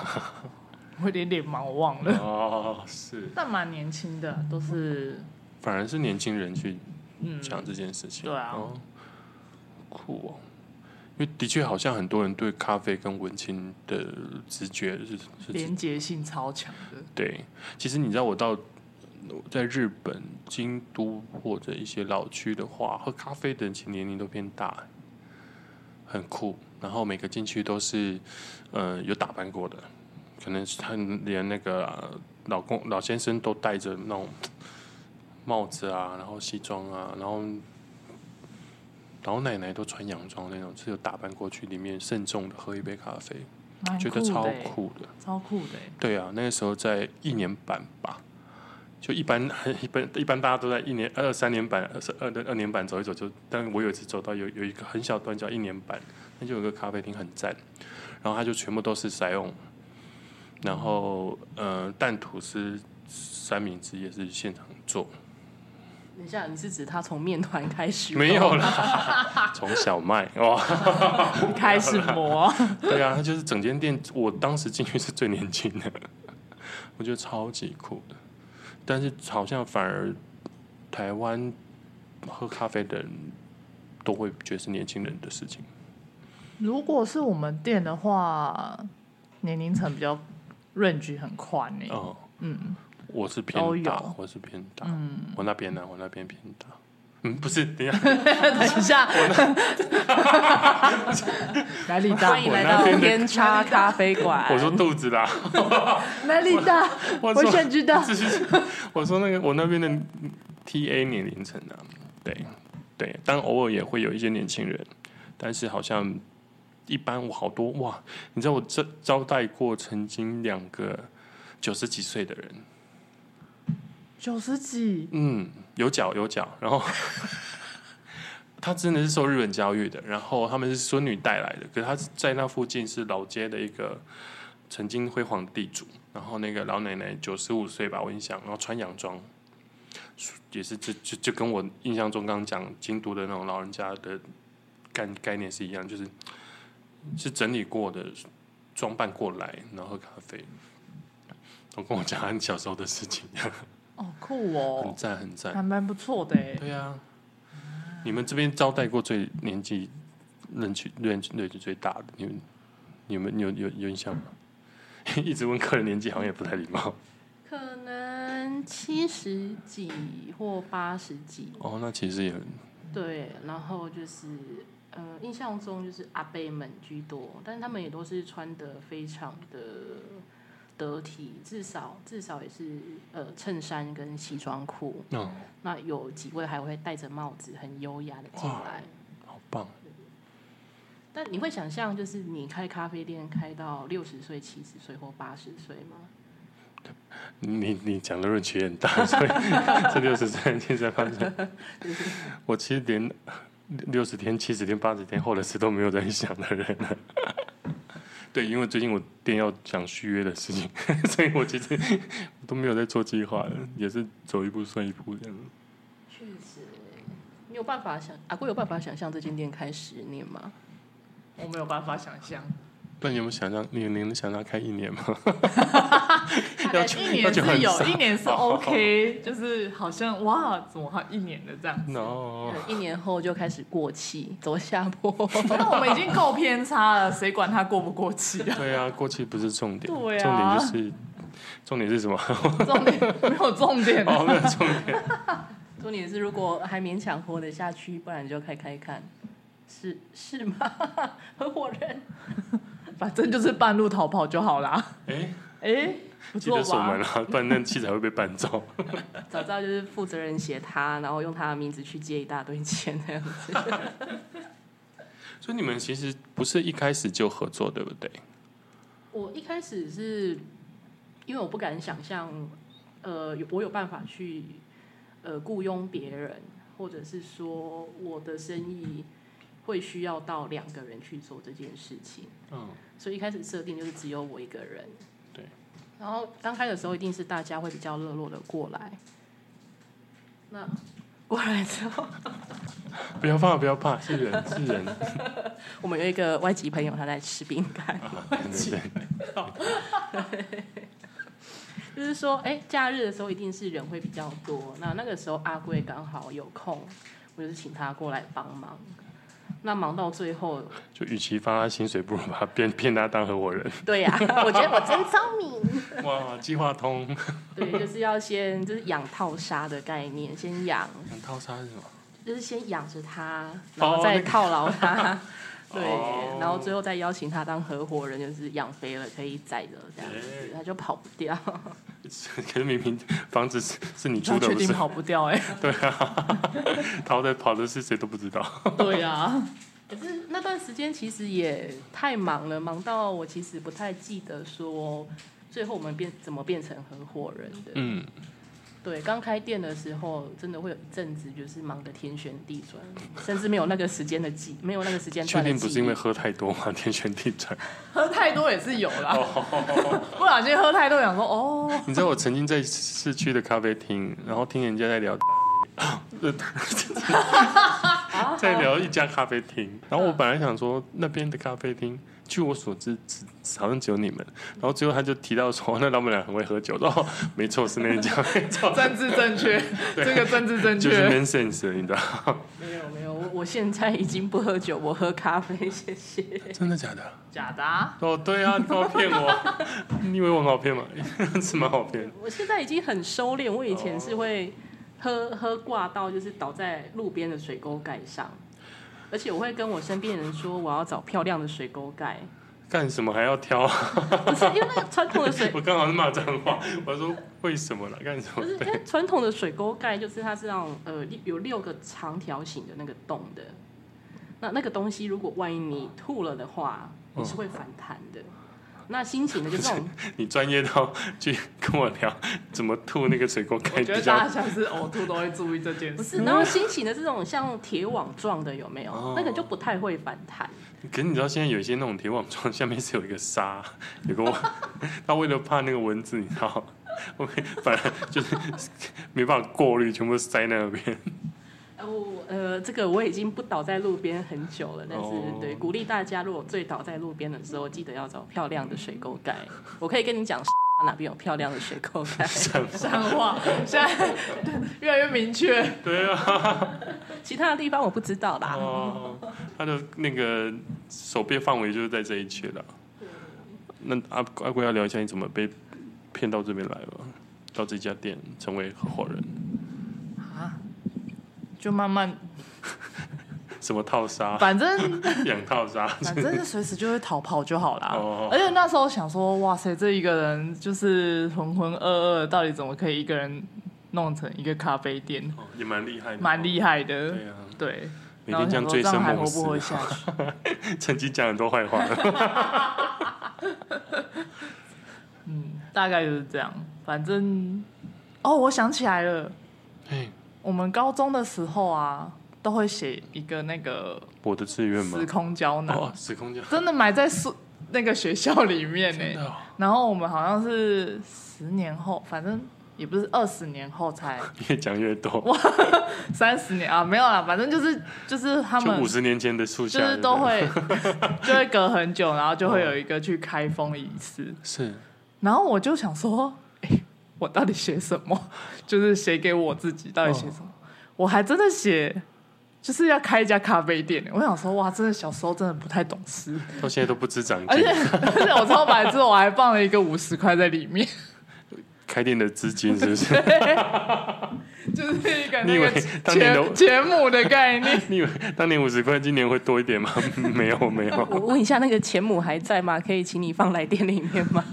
[SPEAKER 3] 我有点脸盲，我忘了。
[SPEAKER 2] 哦，是，
[SPEAKER 3] 但蛮年轻的，都是
[SPEAKER 2] 反而是年轻人去
[SPEAKER 3] 嗯，
[SPEAKER 2] 讲这件事情。
[SPEAKER 3] 对啊
[SPEAKER 2] 哦，酷哦。因为的确，好像很多人对咖啡跟文青的直觉是是
[SPEAKER 3] 连结性超强的。
[SPEAKER 2] 对。其实你知道，我到在日本京都或者一些老区的话，喝咖啡的人其实年龄都偏大，很酷。然后每个进去都是，呃，有打扮过的，可能是他连那个、呃老公老先生都戴着那种帽子啊，然后西装啊，然后老奶奶都穿洋装那种，是有打扮过去，里面慎重的喝一杯咖啡，
[SPEAKER 3] 蛮
[SPEAKER 2] 觉
[SPEAKER 3] 酷
[SPEAKER 2] 得
[SPEAKER 3] 的
[SPEAKER 2] 超
[SPEAKER 3] 欸，
[SPEAKER 2] 酷的。
[SPEAKER 3] 超酷的欸。
[SPEAKER 2] 对啊，那个时候在一年版吧，就一般 一般一般大家都在一年二三年版、二三二二年版走一走就，但我有一次走到有有一个很小段叫一年版，那就有个咖啡厅很赞，然后它就全部都是塞翁，然后呃蛋吐司三明治也是现场做，
[SPEAKER 1] 等一下，你是指他从面团开始？
[SPEAKER 2] 没有啦， 从小麦哇，
[SPEAKER 3] 开始磨，
[SPEAKER 2] 对啊，它就是整间店，我当时进去是最年轻的，我觉得超级酷的。但是好像反而台湾喝咖啡的人都会觉得是年轻人的事情。
[SPEAKER 3] 如果是我们店的话，年龄层比较 range 很宽诶、
[SPEAKER 2] 哦，
[SPEAKER 3] 嗯，
[SPEAKER 2] 我是
[SPEAKER 3] 都
[SPEAKER 2] 偏
[SPEAKER 3] 有
[SPEAKER 2] 大，我是偏大，
[SPEAKER 3] 嗯
[SPEAKER 2] 我那边呢、我那边偏大。嗯，不是，等一下，
[SPEAKER 3] 等一下，来李大，
[SPEAKER 1] 欢迎来到偏差咖啡 馆。
[SPEAKER 2] 我说肚子啦，
[SPEAKER 3] 来李大，
[SPEAKER 2] 我
[SPEAKER 3] 我
[SPEAKER 2] 说
[SPEAKER 3] 想知道
[SPEAKER 2] 是是是，我说那个我那边的 T A 年龄层啊，对对，但偶尔也会有一些年轻人，但是好像一般我好多哇，你知道我招招待过曾经两个九十几岁的人，
[SPEAKER 3] 九十几，
[SPEAKER 2] 嗯，有脚有脚，然后 他真的是受日本教育的，然后他们是孙女带来的，可是他是在那附近是老街的一个曾经辉煌的地主，然后那个老奶奶九十五岁吧，我印象，然后穿洋装，也是就就就跟我印象中刚刚讲京都的那种老人家的概概念是一样，就是是整理过的，装扮过来，然后喝咖啡。我跟我讲他小时候的事情，
[SPEAKER 3] 哦酷
[SPEAKER 2] 很
[SPEAKER 3] 哦，
[SPEAKER 2] 赞很赞。
[SPEAKER 3] 还蛮不错的欸诶、
[SPEAKER 2] 对啊呀、你们这边招待过最年纪人群人群人群最大的，你们你们有有有印象吗？ 一直问客人年纪好像也不太礼貌。
[SPEAKER 1] 可能七十几或八十几，
[SPEAKER 2] 哦，那其实也
[SPEAKER 1] 对，然后就是呃，印象中就是阿贝们居多，但是他们也都是穿的非常的得体，至少至少也是呃衬衫跟西装裤，
[SPEAKER 2] 哦，
[SPEAKER 1] 那有几位还会戴着帽子，很优雅的进
[SPEAKER 2] 哇
[SPEAKER 1] 来。
[SPEAKER 2] 好棒。
[SPEAKER 1] 但你会想象，就是你开咖啡店开到六十岁、七十岁或八十岁吗？
[SPEAKER 2] 你你讲的论区很大， 所以这六十三天才发生。我其实连六十天、七十天、八十天后的事都没有在想的人了。对，因为最近我店要讲续约的事情，所以我其实都没有在做计划了，也是走一步算一步这样。
[SPEAKER 1] 确实，你有办法想阿贵有办法想象这间店开十年吗？
[SPEAKER 3] 我没有办法想象，
[SPEAKER 2] 那你有没有想象？你你能想象开一年吗？要
[SPEAKER 3] 概
[SPEAKER 2] 求
[SPEAKER 3] 一
[SPEAKER 2] 要求
[SPEAKER 3] 年是
[SPEAKER 2] 很
[SPEAKER 3] 有，
[SPEAKER 2] 少
[SPEAKER 3] 一年是 OK，就是好像哇，怎么还一年的这样？
[SPEAKER 2] no，
[SPEAKER 1] 一年后就开始过气，走下坡。
[SPEAKER 3] 那我们已经够偏差了，谁管他过不过期啊？
[SPEAKER 2] 对啊，过去不是重点，
[SPEAKER 3] 对啊
[SPEAKER 2] 重点就是重点是什么？
[SPEAKER 3] 重点没有重点啊
[SPEAKER 2] 哦，没有重点，
[SPEAKER 1] 重点是，如果还勉强活得下去，不然就开开看，是是吗？ 合伙人，
[SPEAKER 3] 反正就是半路逃跑就好啦。
[SPEAKER 2] 哎，
[SPEAKER 3] 哎、不
[SPEAKER 2] 记
[SPEAKER 3] 错
[SPEAKER 2] 得锁门
[SPEAKER 3] 吧？
[SPEAKER 2] 啊，不然那器材会被搬走。
[SPEAKER 1] 早知道就是负责人写他，然后用他的名字去借一大堆钱那样子。
[SPEAKER 2] 所以你们其实不是一开始就合作，对不对？
[SPEAKER 1] 我一开始是因为我不敢想象，呃，有我有办法去呃雇佣别人，或者是说我的生意会需要到两个人去做这件事情。
[SPEAKER 2] 嗯，
[SPEAKER 1] 所以一开始设定就是只有我一个人。
[SPEAKER 2] 对。
[SPEAKER 1] 然后刚开的时候，一定是大家会比较热络的过来。那过来之后，
[SPEAKER 2] 不要怕，不要怕，是人是 人，
[SPEAKER 1] 我们有一个外籍朋友，他在吃饼干，
[SPEAKER 2] 对对对，
[SPEAKER 1] 就是说，哎，假日的时候一定是人会比较多。那那个时候阿贵刚好有空，我就是请他过来帮忙。那忙到最后，
[SPEAKER 2] 就与其发他薪水，不如把他骗骗他当合伙人。
[SPEAKER 1] 对 呀、我觉得我真聪明。
[SPEAKER 2] 哇，计划通，
[SPEAKER 1] 对，就是要先就是养套杀的概念，先养，
[SPEAKER 2] 想套杀是什么？
[SPEAKER 1] 就是先养着他，然后
[SPEAKER 2] 哦那
[SPEAKER 1] 再
[SPEAKER 2] 个
[SPEAKER 1] 犒劳他，
[SPEAKER 2] 哦
[SPEAKER 1] 对，然后最后再邀请他当合伙人，就是养肥了可以宰了这样
[SPEAKER 2] 哎
[SPEAKER 1] 子，他就跑不掉。
[SPEAKER 2] 可是明明房子是是你
[SPEAKER 3] 他
[SPEAKER 2] 出的，
[SPEAKER 3] 确
[SPEAKER 2] 不
[SPEAKER 3] 定
[SPEAKER 2] 是
[SPEAKER 3] 跑不掉哎、
[SPEAKER 2] 逃的跑的是谁都不知道。
[SPEAKER 3] 对啊，
[SPEAKER 1] 可是那段时间其实也太忙了，忙到我其实不太记得说最后我们变怎么变成合伙人的。
[SPEAKER 2] 嗯，
[SPEAKER 1] 对，刚开店的时候真的会有一阵子就是忙得天旋地转，甚至没有那个时间的记，没有那个时间
[SPEAKER 2] 确
[SPEAKER 1] 段的
[SPEAKER 2] 定
[SPEAKER 1] 记忆。
[SPEAKER 2] 不是因为喝太多吗？天旋地转。
[SPEAKER 3] 喝太多也是有啦。
[SPEAKER 2] 哦
[SPEAKER 3] 不小心喝太多，想说 哦，
[SPEAKER 2] 你知道我曾经在市区的咖啡厅，然后听人家在聊，呃在聊一家咖啡厅，然后我本来想说那边的咖啡厅。据我所知，只好像只有你们。然后最后他就提到说，那老板娘很会喝酒。哦，没错，是那一家，没错，
[SPEAKER 3] 政治 正确，这个政治正
[SPEAKER 2] 啊就
[SPEAKER 3] 确。
[SPEAKER 2] 是 nonsense，你知道？
[SPEAKER 1] 没有没有，我我现在已经不喝酒，我喝咖啡，谢谢。
[SPEAKER 2] 真的假的？
[SPEAKER 3] 假的、啊，
[SPEAKER 2] 哦，对啊，你干嘛骗我？ 你以为我很好骗吗？ 是蛮好骗的。
[SPEAKER 1] 我现在已经很收敛，我以前是会喝喝挂到就是倒在路边的水沟盖上，而且我会跟我身边人说我要找漂亮的水沟盖，
[SPEAKER 2] 干什么还要挑？
[SPEAKER 1] 不是因为那个传统的水
[SPEAKER 2] 。我刚好是骂脏话，我说为什么了？干什
[SPEAKER 1] 不
[SPEAKER 2] 么
[SPEAKER 1] 是，？因
[SPEAKER 2] 对，
[SPEAKER 1] 为传统的水沟盖就是它是那种呃有六个长条形的那个洞的，那那个东西如果万一你吐了的话，你是会反弹的。
[SPEAKER 2] 哦
[SPEAKER 1] 那新型的就是那种
[SPEAKER 2] 你专业到去跟我聊怎么吐那个水沟
[SPEAKER 3] 我
[SPEAKER 2] 盖
[SPEAKER 3] 觉得
[SPEAKER 2] 比
[SPEAKER 3] 大家
[SPEAKER 2] 较。
[SPEAKER 3] 下次呕吐都会注意这件
[SPEAKER 1] 不
[SPEAKER 3] 事。
[SPEAKER 1] 是，然啊后新型的这种像铁网状的有没有？
[SPEAKER 2] 哦
[SPEAKER 1] 那个就不太会反弹。
[SPEAKER 2] 可是你知道现在有一些那种铁网窗下面是有一个沙， 有个网，他为了怕那个蚊子，你知道，我们反正就是没办法过滤，全部塞那边。
[SPEAKER 1] 呃我呃，这个我已经不倒在路边很久了，但是、
[SPEAKER 2] 哦
[SPEAKER 1] 对鼓励大家，如果醉倒在路边的时候，记得要找漂亮的水沟盖。我可以跟你讲 哪边有漂亮的水沟 盖。
[SPEAKER 3] 像话，现在 越来越明确。
[SPEAKER 2] 对啊，
[SPEAKER 1] 其他的地方我不知道啦。
[SPEAKER 2] 哦，他的那个手背范围就是在这一区了。
[SPEAKER 3] 嗯
[SPEAKER 2] 那阿阿贵要聊一下你怎么被骗到这边来了，到这家店成为合伙人，
[SPEAKER 3] 啊，就慢慢，
[SPEAKER 2] 什么套杀、
[SPEAKER 3] 反正
[SPEAKER 2] 养套杀，
[SPEAKER 3] 反正是随时就会逃跑就好啦
[SPEAKER 2] 哦。
[SPEAKER 3] 而且那时候想说，哇塞，这一个人就是浑浑噩噩的，到底怎么可以一个人弄成一个咖啡店，
[SPEAKER 2] 哦也蛮厉害的，
[SPEAKER 3] 蛮厉
[SPEAKER 2] 害。
[SPEAKER 3] 害的。
[SPEAKER 2] 对啊，
[SPEAKER 3] 对，
[SPEAKER 2] 每
[SPEAKER 3] 然后
[SPEAKER 2] 天这样醉生
[SPEAKER 3] 想说这样还活
[SPEAKER 2] 梦
[SPEAKER 3] 不活
[SPEAKER 2] 死，啊
[SPEAKER 3] 下去？
[SPEAKER 2] 曾经讲很多坏话。
[SPEAKER 3] 大概就是这样。反正，哦，我想起来了，
[SPEAKER 2] 嘿
[SPEAKER 3] 我们高中的时候啊，都会写一个那个
[SPEAKER 2] 我的志愿吗
[SPEAKER 3] 时？空胶囊，
[SPEAKER 2] 哦，时空胶
[SPEAKER 3] 真的埋在宿那个学校里面呢、
[SPEAKER 2] 囊。哦
[SPEAKER 3] 然后我们好像是十年后，反正也不是二十年后 才
[SPEAKER 2] 越讲越多，
[SPEAKER 3] 三十年啊，没有啦，反正就是就是他
[SPEAKER 2] 就
[SPEAKER 3] 们
[SPEAKER 2] 五十年前的树下
[SPEAKER 3] 就
[SPEAKER 2] 的
[SPEAKER 3] 是
[SPEAKER 2] 人，
[SPEAKER 3] 都会 就会
[SPEAKER 2] 哦
[SPEAKER 3] 隔很久，然后就会有一个去开封仪式。
[SPEAKER 2] 是
[SPEAKER 3] 然后我就想说，哎、 我到底写什么， 就是写给我自己到底写什么，
[SPEAKER 2] 哦
[SPEAKER 3] 我还真的写。就是要开一家咖啡店，我想说，哇，真的小时候真的不太懂事，
[SPEAKER 2] 到现在都不知长
[SPEAKER 3] 而且
[SPEAKER 2] 进，
[SPEAKER 3] 而且我超白痴，我还放了一个五十块在里面，
[SPEAKER 2] 开店的资金是不是？
[SPEAKER 3] 就是一个
[SPEAKER 2] 你
[SPEAKER 3] 那
[SPEAKER 2] 以为
[SPEAKER 3] 个
[SPEAKER 2] 当年
[SPEAKER 3] 节
[SPEAKER 2] 的
[SPEAKER 3] 节目的概念。
[SPEAKER 2] 你以为当年五十块，今年会多一点吗？ 没有，没
[SPEAKER 1] 我
[SPEAKER 2] 有，
[SPEAKER 1] 问一下，那个钱母还在吗？可以请你放来店里面吗？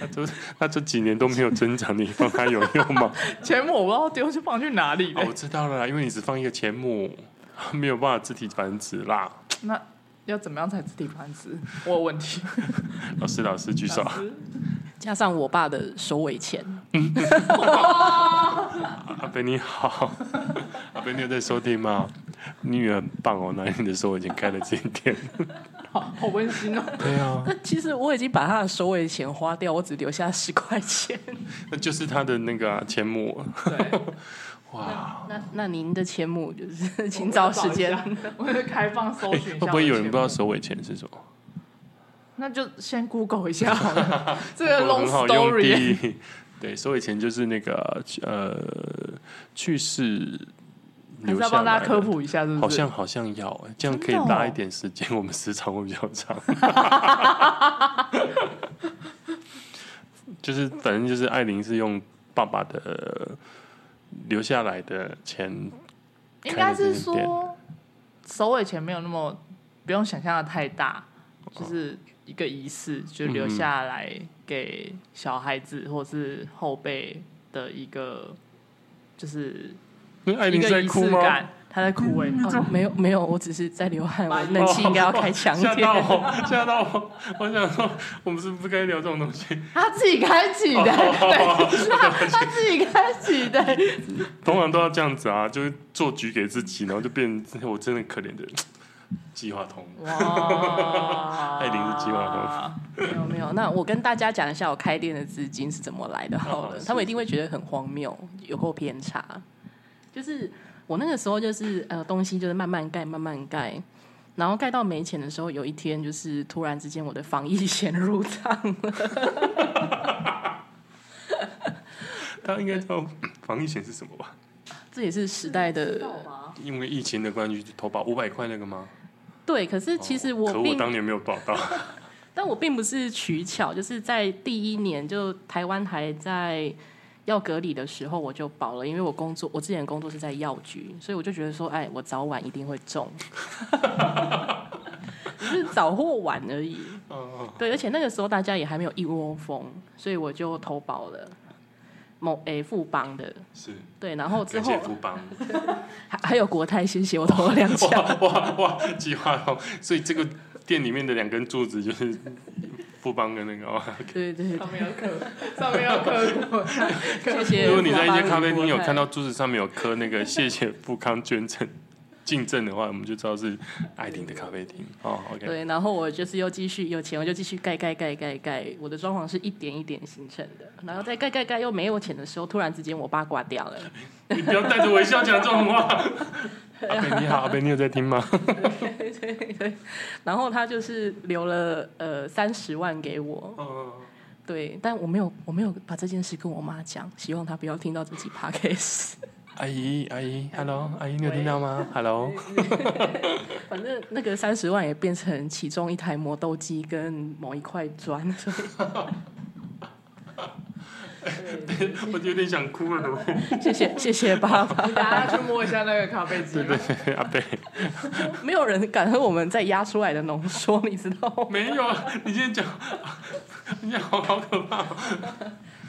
[SPEAKER 2] 那这那这几年都没有增长，你放它有用吗？
[SPEAKER 3] 钱母我不知道丢去放去哪里了、
[SPEAKER 2] 哦，我知道了啦，因为你只放一个钱母， 没有办法自体繁殖啦。
[SPEAKER 3] 那要怎么样才自体繁殖？我有问题。
[SPEAKER 2] 老师，老师举手
[SPEAKER 3] 老。师
[SPEAKER 1] 加上我爸的收尾钱，
[SPEAKER 2] 阿北你 好，阿北你有在收听吗？你女儿很棒哦，拿你的手已经开了这 店。
[SPEAKER 3] 好好温馨 哦。
[SPEAKER 2] 对啊，
[SPEAKER 1] 那其实我已经把他的收尾钱花掉，我只留下十块钱。
[SPEAKER 2] 那就是他的那个啊钱、母。
[SPEAKER 3] 对，
[SPEAKER 2] 哇，
[SPEAKER 1] 那那您的钱母就是请找时间，
[SPEAKER 3] 我们开放搜
[SPEAKER 2] 哎、
[SPEAKER 3] 寻一
[SPEAKER 2] 会
[SPEAKER 3] 下。
[SPEAKER 2] 不会有人不知道？首尾钱是什么？
[SPEAKER 3] 那就先 Google 一下 好了。这个
[SPEAKER 2] 我
[SPEAKER 3] long
[SPEAKER 2] 很好用
[SPEAKER 3] story
[SPEAKER 2] 地。对，首尾钱就是那个呃去世
[SPEAKER 3] 还
[SPEAKER 2] 留
[SPEAKER 3] 是
[SPEAKER 2] 下
[SPEAKER 3] 要帮大家
[SPEAKER 2] 来
[SPEAKER 3] 科
[SPEAKER 2] 的
[SPEAKER 3] 普一下，是不是？
[SPEAKER 2] 好像好像要、欸，这样可以
[SPEAKER 3] 真的哦
[SPEAKER 2] 拉一点时间，我们时长会比较长。 就是反正就是艾琳是用爸爸的留下来的钱，
[SPEAKER 3] 应该是
[SPEAKER 2] 开了这间店
[SPEAKER 3] 说首尾钱没有那么不用想象的太大，
[SPEAKER 2] 哦
[SPEAKER 3] 就是一个仪式，就留下来给小孩子或是后辈的一个，就是
[SPEAKER 2] 那艾
[SPEAKER 3] 一
[SPEAKER 2] 琳是
[SPEAKER 3] 个
[SPEAKER 2] 在
[SPEAKER 3] 仪
[SPEAKER 2] 哭
[SPEAKER 3] 式
[SPEAKER 2] 吗？
[SPEAKER 3] 感。他在哭 哎、
[SPEAKER 1] 哦没有没有，我只是在流汗，我冷气应该要
[SPEAKER 2] 哦
[SPEAKER 1] 开强一
[SPEAKER 2] 吓
[SPEAKER 1] 点
[SPEAKER 2] 到。我，吓到我！我想说，我们是不是该聊这种东西？
[SPEAKER 3] 他自己开启的，对，他他自己开启的，
[SPEAKER 2] 通常都要这样子啊，就是做局给自己，然后就变成我真的可怜的计划通。
[SPEAKER 3] 哇！
[SPEAKER 2] 艾琳是计划
[SPEAKER 1] 没有没有，那我跟大家讲一下我开店的资金是怎么来的好
[SPEAKER 2] 好
[SPEAKER 1] 了，
[SPEAKER 2] 哦是
[SPEAKER 1] 他们一定会觉得很荒谬，有够偏差。就是我那个时候就是呃东西就是慢慢盖慢慢盖，然后盖到没钱的时候，有一天就是突然之间我的防疫险入账了，
[SPEAKER 2] 大家应该知道防疫险是什么吧？
[SPEAKER 1] 这也是时代的
[SPEAKER 2] 哦因为疫情的关系，就投保五百块那个吗？哦
[SPEAKER 1] 对。可是其实我
[SPEAKER 2] 可
[SPEAKER 1] 并
[SPEAKER 2] 我当年没有报到，
[SPEAKER 1] 但我并不是取巧，就是在第一年就台湾还在要隔离的时候，我就保了，因为我工作，我之前的工作是在药局，所以我就觉得说，哎，我早晚一定会中，只是早或晚而已。对，而且那个时候大家也还没有一窝蜂，所以我就投保了某诶富邦的，
[SPEAKER 2] 是
[SPEAKER 1] 对，然后之
[SPEAKER 2] 感
[SPEAKER 1] 后
[SPEAKER 2] 谢福 邦，
[SPEAKER 1] 还还有国泰，谢谢我投了两家。
[SPEAKER 2] 哇哇，计划哦，所以这个店里面的两根柱子就是 富邦跟那个哦。
[SPEAKER 1] 对对 对
[SPEAKER 3] 上面有刻，上面有刻
[SPEAKER 1] 谢谢。
[SPEAKER 2] 如果你在一些咖啡
[SPEAKER 1] 富邦
[SPEAKER 2] 厅
[SPEAKER 1] 与
[SPEAKER 2] 有
[SPEAKER 1] 国泰
[SPEAKER 2] 看到柱子上面有刻那个“谢谢富康捐赠” 进赠的话，我们就知道是爱丁的咖啡厅哦。OK，
[SPEAKER 1] 对，然后我就是又继续有钱，我就继续盖盖盖盖盖，我的装潢是一点一点形成的。然后在盖盖盖又没有钱的时候，突然之间我爸挂掉了，
[SPEAKER 2] 你不要带着微笑讲这种话。 阿北你好，阿北你有在听吗？
[SPEAKER 1] 对对对，然后他就是留了呃三十万给我，
[SPEAKER 2] 哦
[SPEAKER 1] 对，但我没有我没有把这件事跟我妈讲，希望她不要听到这集 podcast。
[SPEAKER 2] 阿姨，阿姨，Hello，阿姨，你有听到吗？Hello，
[SPEAKER 1] 反正那个三十万也变成其中一台磨豆机跟某一块砖， 所以
[SPEAKER 2] 我有点想哭了，怎么 办
[SPEAKER 1] 谢谢谢谢爸爸。
[SPEAKER 3] 大家去摸一下那个咖啡机。
[SPEAKER 2] 阿北，
[SPEAKER 1] 没有人敢喝我们再压出来的浓缩，你知道吗？
[SPEAKER 2] 没有，啊你今天讲，你讲好好可怕。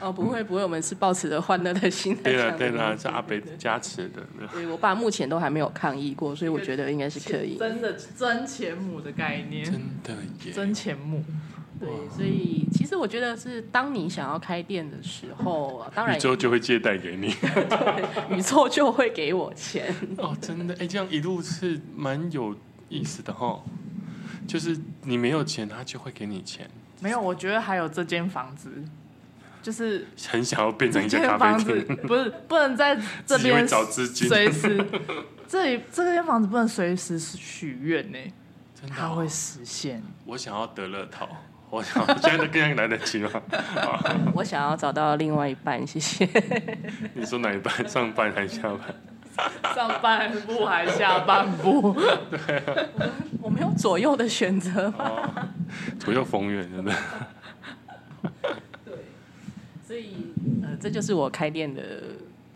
[SPEAKER 1] 哦，不会不会，我们是抱持着欢乐的心态。
[SPEAKER 2] 对了对了，是阿北加持的。
[SPEAKER 1] 对我爸目前都还没有抗议过，所以我觉得应该是可以。
[SPEAKER 3] 真的真钱母的概念，
[SPEAKER 2] 真的耶，
[SPEAKER 3] 真钱母。
[SPEAKER 1] 对，所以其实我觉得是当你想要开店的时候，当然
[SPEAKER 2] 宇宙就会借贷给你。
[SPEAKER 1] 宇宙就会给我钱。
[SPEAKER 2] 哦，真的，哎，这样一路是蛮有意思的哈。就是你没有钱，他就会给你钱。
[SPEAKER 3] 没有，我觉得还有这间房子，就是
[SPEAKER 2] 很想要变成一
[SPEAKER 3] 这
[SPEAKER 2] 家
[SPEAKER 3] 间
[SPEAKER 2] 咖
[SPEAKER 3] 房
[SPEAKER 2] 啡
[SPEAKER 3] 子
[SPEAKER 2] 厅，
[SPEAKER 3] 不是不能在这
[SPEAKER 2] 自己会
[SPEAKER 3] 边
[SPEAKER 2] 找资金，
[SPEAKER 3] 随时，这里这间房子不能随时许愿呢，
[SPEAKER 2] 真的
[SPEAKER 3] 它
[SPEAKER 2] 哦。
[SPEAKER 3] 会实现。
[SPEAKER 2] 我想要得乐套，我想现在的更来得及吗？
[SPEAKER 1] 我想要找到另外一半，谢谢。
[SPEAKER 2] 你说哪一半？上班还是下班？
[SPEAKER 3] 上半部还下半部，
[SPEAKER 1] 我没有左右的选择嘛，
[SPEAKER 2] 哦，左右逢源，真的。
[SPEAKER 1] 所以呃，这就是我开店的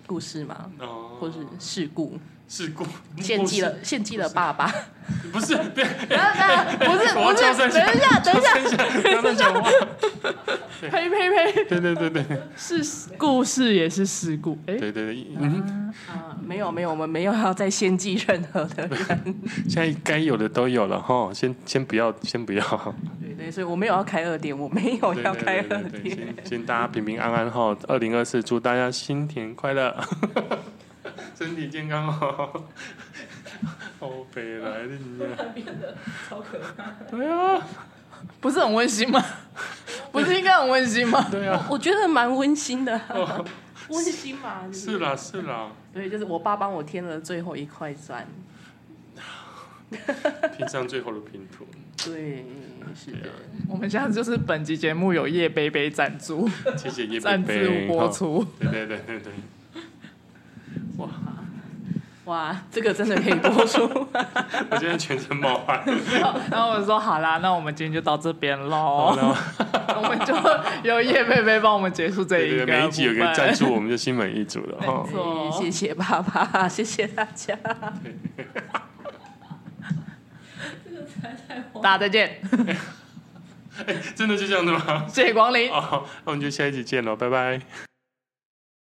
[SPEAKER 1] 故事嘛，
[SPEAKER 2] 哦，
[SPEAKER 1] 或是事故，
[SPEAKER 2] 事故，
[SPEAKER 1] 献祭了献祭了爸爸。
[SPEAKER 2] 不是，不是，
[SPEAKER 3] 不是不是，
[SPEAKER 2] 我要叫声
[SPEAKER 3] 等一下等一下，
[SPEAKER 2] 不要乱讲话。
[SPEAKER 3] 呸呸呸，
[SPEAKER 2] 对对对对对
[SPEAKER 3] 是故事也是事故，哎，
[SPEAKER 2] 对对，嗯，
[SPEAKER 1] 啊没有没有，我们没有要再献祭任何的人。
[SPEAKER 2] 现在该有的都有了哈，先先不要，先不要。
[SPEAKER 1] 对对，所以我没有要开二店，我没有
[SPEAKER 2] 对
[SPEAKER 1] 哦要开
[SPEAKER 2] 对
[SPEAKER 1] 二
[SPEAKER 2] 对对
[SPEAKER 1] 店。
[SPEAKER 2] 先先大家平平安安哈，二零二四祝大家新年快乐， 身体健康哦。好北来的你啊，
[SPEAKER 1] 超可怕。
[SPEAKER 2] 对啊，
[SPEAKER 3] 不是很温馨吗？ 不是应该很温馨吗？
[SPEAKER 2] 对啊，
[SPEAKER 1] 我觉得蛮温馨的啊，
[SPEAKER 2] 哦
[SPEAKER 1] 温馨嘛。就是
[SPEAKER 2] 啦是啦，
[SPEAKER 1] 对，就是我爸帮我添了最后一块砖。
[SPEAKER 2] 拼上最后的拼图。
[SPEAKER 1] 对，是的。
[SPEAKER 2] 啊
[SPEAKER 3] 我们现在就是本集节目有叶贝贝赞助，
[SPEAKER 2] 谢谢叶贝
[SPEAKER 3] 赞助
[SPEAKER 2] 贝
[SPEAKER 3] 播
[SPEAKER 2] 哈
[SPEAKER 3] 出，
[SPEAKER 2] 对对对对对，
[SPEAKER 1] 哇，这个真的可以播 出。
[SPEAKER 2] 我今天全身冒汗。
[SPEAKER 3] 然后我说好啦，那我们今天就到这边
[SPEAKER 2] 好
[SPEAKER 3] 喽，
[SPEAKER 2] 了，
[SPEAKER 3] 我们就由叶贝贝帮我们结束这
[SPEAKER 2] 对
[SPEAKER 3] 一
[SPEAKER 2] 对
[SPEAKER 3] 个
[SPEAKER 2] 对，每一集有
[SPEAKER 3] 部
[SPEAKER 2] 个
[SPEAKER 3] 分
[SPEAKER 2] 赞助，我们就心满意足了哈。
[SPEAKER 3] 错
[SPEAKER 1] 谢谢爸爸，谢谢大家。
[SPEAKER 3] 大家再见，
[SPEAKER 2] 真的就这样子吗？
[SPEAKER 3] 谢谢光临。
[SPEAKER 2] 哦，那我们就下一集见喽，拜拜。